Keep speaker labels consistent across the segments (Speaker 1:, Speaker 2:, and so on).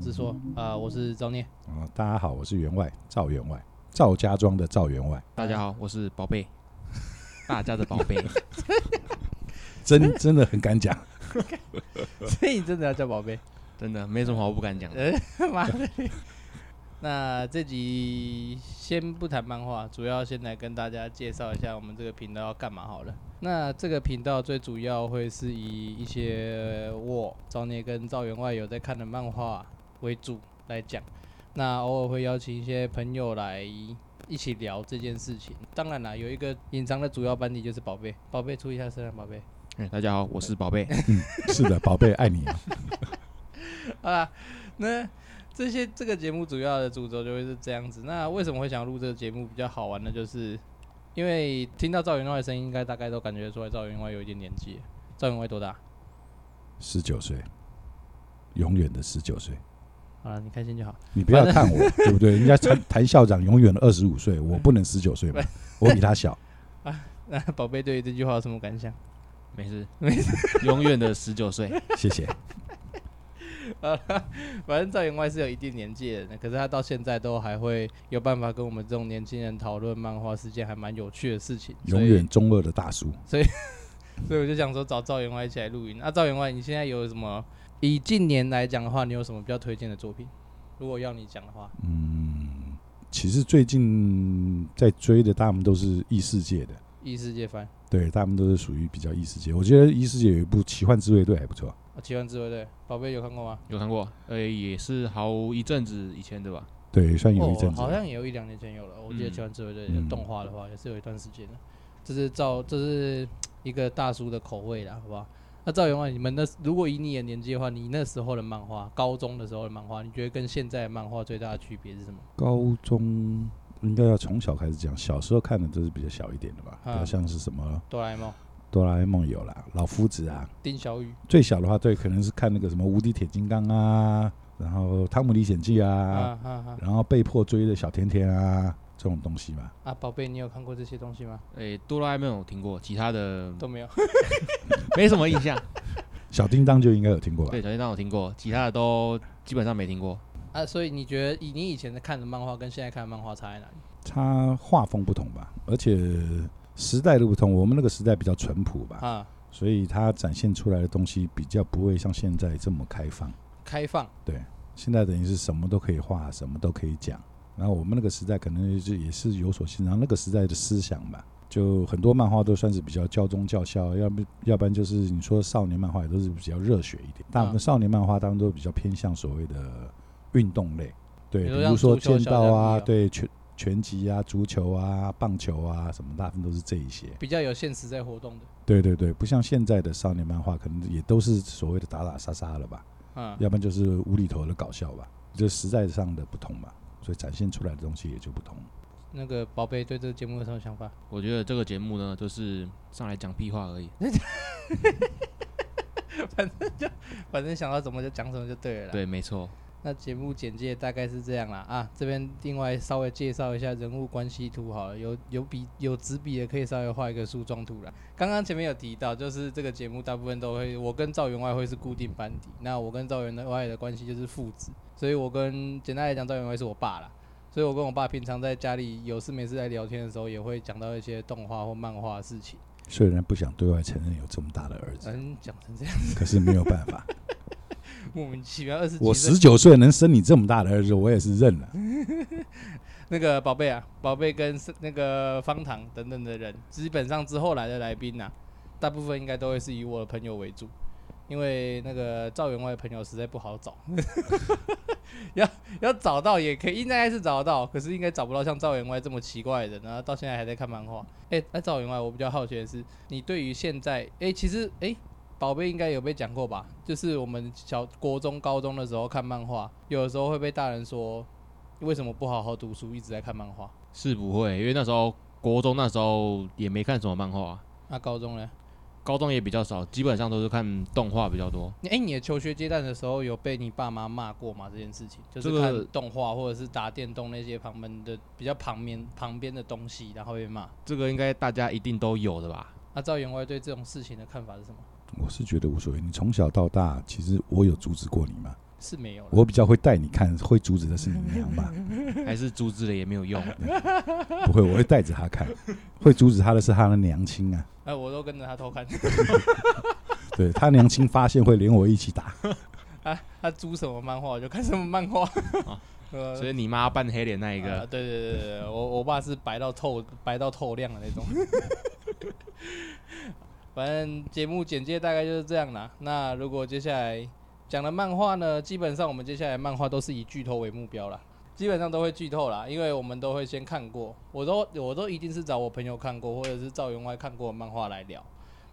Speaker 1: 志说，啊、我是赵念。
Speaker 2: 啊、大家好，我是员外赵员外，赵家庄的赵员外，
Speaker 3: 大家好，我是宝 贝，大家的宝贝。
Speaker 2: 真真的很敢讲。
Speaker 1: 所以你真的要叫宝贝，
Speaker 3: 真的没什么好不敢讲的。
Speaker 1: 妈的！那这集先不谈漫画，主要先来跟大家介绍一下我们这个频道要干嘛好了。那这个频道最主要会是以一些我赵念跟赵员外有在看的漫画为主来讲，那偶尔会邀请一些朋友来一起聊这件事情。当然啦，有一个隐藏的主要班底就是宝贝，宝贝出一下声啊，宝贝。
Speaker 3: 嗯大家好，我是宝 贝。
Speaker 2: 是的，宝贝爱你啊。
Speaker 1: 好啦，那这些这个节目主要的主轴就会是这样子。那为什么会想录这个节目比较好玩呢？就是因为听到赵员外的声音，应该大概都感觉出来赵员外有一点年纪了。赵员外多大？
Speaker 2: 十九岁，永远的十九岁。
Speaker 1: 好了，你开心就好。
Speaker 2: 你不要看我，对不对？人家谭谭校长永远二十五岁，我不能十九岁嘛，我比他小。
Speaker 1: 那 宝贝对于这句话有什么感想？
Speaker 3: 没事，没事，永远的十九岁。
Speaker 2: 谢谢。
Speaker 1: 好啦反正赵员外是有一定年纪的人，可是他到现在都还会有办法跟我们这种年轻人讨论漫画是件还蛮有趣的事情。所
Speaker 2: 永
Speaker 1: 以
Speaker 2: 远中二的大叔，
Speaker 1: 所以我就想说找赵员外一起来录音。那、赵员外，你现在有什么？以近年来讲的话，你有什么比较推荐的作品？如果要你讲的话，
Speaker 2: 其实最近在追的，他们都是异世界的，
Speaker 1: 异世界番
Speaker 2: 对他们都是属于比较异世界。我觉得异世界有一部《奇幻自卫队》还不错，
Speaker 1: 啊，《奇幻自卫队》，宝贝有看过吗？
Speaker 3: 有看过？呃，也是好一阵子以前对吧？
Speaker 2: 对，算有一阵
Speaker 1: 哦，
Speaker 2: 子
Speaker 1: 好。像也有一两年前有了。我记得《
Speaker 3: 嗯
Speaker 1: 奇幻自卫队》
Speaker 2: 嗯
Speaker 1: 动画的话，也是有一段时间了。这是赵，这是一个大叔的口味啦，好不好？那赵员外，你们那如果以你的年纪的话，你那时候的漫画，高中的时候的漫画，你觉得跟现在的漫画最大的区别是什么？
Speaker 2: 高中应该要从小开始讲，小时候看的都是比较小一点的吧，比
Speaker 1: 嗯
Speaker 2: 较像是什么
Speaker 1: 哆啦 A 梦、
Speaker 2: 哆啦 A 梦有啦，老夫子啊，
Speaker 1: 丁小雨
Speaker 2: 最小的话，对，可能是看那个什么无敌铁金刚啊，然后汤姆历险记啊，
Speaker 1: 啊啊啊
Speaker 2: 然后被迫追的小甜甜啊这种东西嘛。
Speaker 1: 啊！宝贝，你有看过这些东西吗？
Speaker 3: 诶，哎哆啦 A 梦有听过，其他的
Speaker 1: 都没有。
Speaker 3: 没什么印象。
Speaker 2: 小叮当就应该有听过吧？
Speaker 3: 对，小叮当有听过，其他的都基本上没听过。
Speaker 1: 啊，所以你觉得以你以前的看的漫画跟现在看的漫画差在哪里？
Speaker 2: 它画风不同吧，而且时代的不同，我们那个时代比较淳朴吧，
Speaker 1: 啊，
Speaker 2: 所以它展现出来的东西比较不会像现在这么开放。
Speaker 1: 开放
Speaker 2: 现在等于是什么都可以画，什么都可以讲。然后我们那个时代可能就也是有所欣赏那个时代的思想吧，就很多漫画都算是比较教宗教校，要不要不然就是你说少年漫画也都是比较热血一点。
Speaker 1: 啊
Speaker 2: 大部分少年漫画当中都比较偏向所谓的运动类，对，
Speaker 1: 比如
Speaker 2: 比
Speaker 1: 像
Speaker 2: 如说
Speaker 1: 足球
Speaker 2: 剑道啊，
Speaker 1: 小将一样
Speaker 2: 对拳拳击啊、足球啊、棒球啊什么，大部分都是这一些。
Speaker 1: 比较有现实在活动的，
Speaker 2: 对对对，不像现在的少年漫画，可能也都是所谓的打打杀杀了吧。
Speaker 1: 嗯，
Speaker 2: 要不然就是无厘头的搞笑吧，就时代上的不同嘛，所以展现出来的东西也就不同。
Speaker 1: 那个宝贝对这个节目有什么想法？
Speaker 3: 我觉得这个节目呢，就是上来讲屁话而已。
Speaker 1: 反正想到怎么就讲什么就对了啦。
Speaker 3: 对，没错。
Speaker 1: 那节目简介大概是这样啦啊，这边另外稍微介绍一下人物关系图好了，有有笔有纸笔的可以稍微画一个树状图啦。刚刚前面有提到，就是这个节目大部分都会，我跟赵员外会是固定班底，那我跟赵员外的关系就是父子，所以我跟简单来讲，赵员外是我爸啦。所以我跟我爸平常在家里有事没事在聊天的时候，也会讲到一些动画或漫画的事情。
Speaker 2: 虽然不想对外承认有这么大的儿子，
Speaker 1: 嗯，讲成这样
Speaker 2: 可是没有办法，
Speaker 1: 莫名其妙，二十几
Speaker 2: 我
Speaker 1: 岁
Speaker 2: 十九岁能生你这么大的儿子，我也是认了。
Speaker 1: 那个宝贝啊，宝贝跟是那个方糖等等的人，基本上之后来的来宾呐、啊大部分应该都会是以我的朋友为主，因为那个赵员外的朋友实在不好找， 要要找到也可以，应该是找得到，可是应该找不到像赵员外这么奇怪的人，然后到现在还在看漫画。哎、那赵员外，我比较好奇的是，你对于现在，哎、其实哎。宝贝应该有被讲过吧？就是我们小国中、高中的时候看漫画，有的时候会被大人说为什么不好好读书，一直在看漫画？
Speaker 3: 是不会，因为那时候国中那时候也没看什么漫画，
Speaker 1: 那高中呢？
Speaker 3: 高中也比较少，基本上都是看动画比较多。
Speaker 1: 你哎、你的求学阶段的时候有被你爸妈骂过吗？这件事情就
Speaker 3: 这
Speaker 1: 是
Speaker 3: 个
Speaker 1: 看动画或者是打电动那些旁边的比较旁边旁边的东西，然后被骂。
Speaker 3: 这个应该大家一定都有的 吧？
Speaker 1: 那赵员外对这种事情的看法是什么？
Speaker 2: 我是觉得无所谓，你从小到大，其实我有阻止过你吗？
Speaker 1: 是没有了。
Speaker 2: 我比较会带你看，会阻止的是你娘吧？
Speaker 3: 还是阻止了也没有 用。
Speaker 2: 不会，我会带着她看，会阻止她的是她的娘亲啊。
Speaker 1: 哎、我都跟着他偷看，
Speaker 2: 对她娘亲发现会连我一起打，
Speaker 1: 他他租什么漫画我就看什么漫画。
Speaker 3: 啊
Speaker 1: 呃
Speaker 3: 所以你妈扮黑脸那一
Speaker 1: 啊
Speaker 3: 个，
Speaker 1: 对对对对对，我我爸是白到透白到透亮的那种。 反正节目简介大概就是这样啦。那如果接下来讲的漫画呢，基本上我们接下来漫画都是以剧透为目标啦，基本上都会剧透啦，因为我们都会先看过，我都我都一定是找我朋友看过或者是赵员外看过的漫画来聊。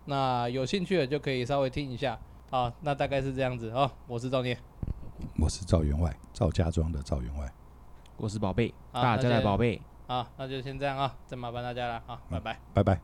Speaker 1: 那有兴趣的就可以稍微听一下。好，那大概是这样子哦。我是赵念，
Speaker 2: 我是赵员外，赵家庄的赵员外，
Speaker 3: 我是宝贝，
Speaker 1: 好
Speaker 3: 大
Speaker 1: 那
Speaker 3: 家的
Speaker 1: 就
Speaker 3: 宝贝。
Speaker 1: 哦好，那就先这样啊，再麻烦大家了啊，拜拜。
Speaker 2: 拜拜。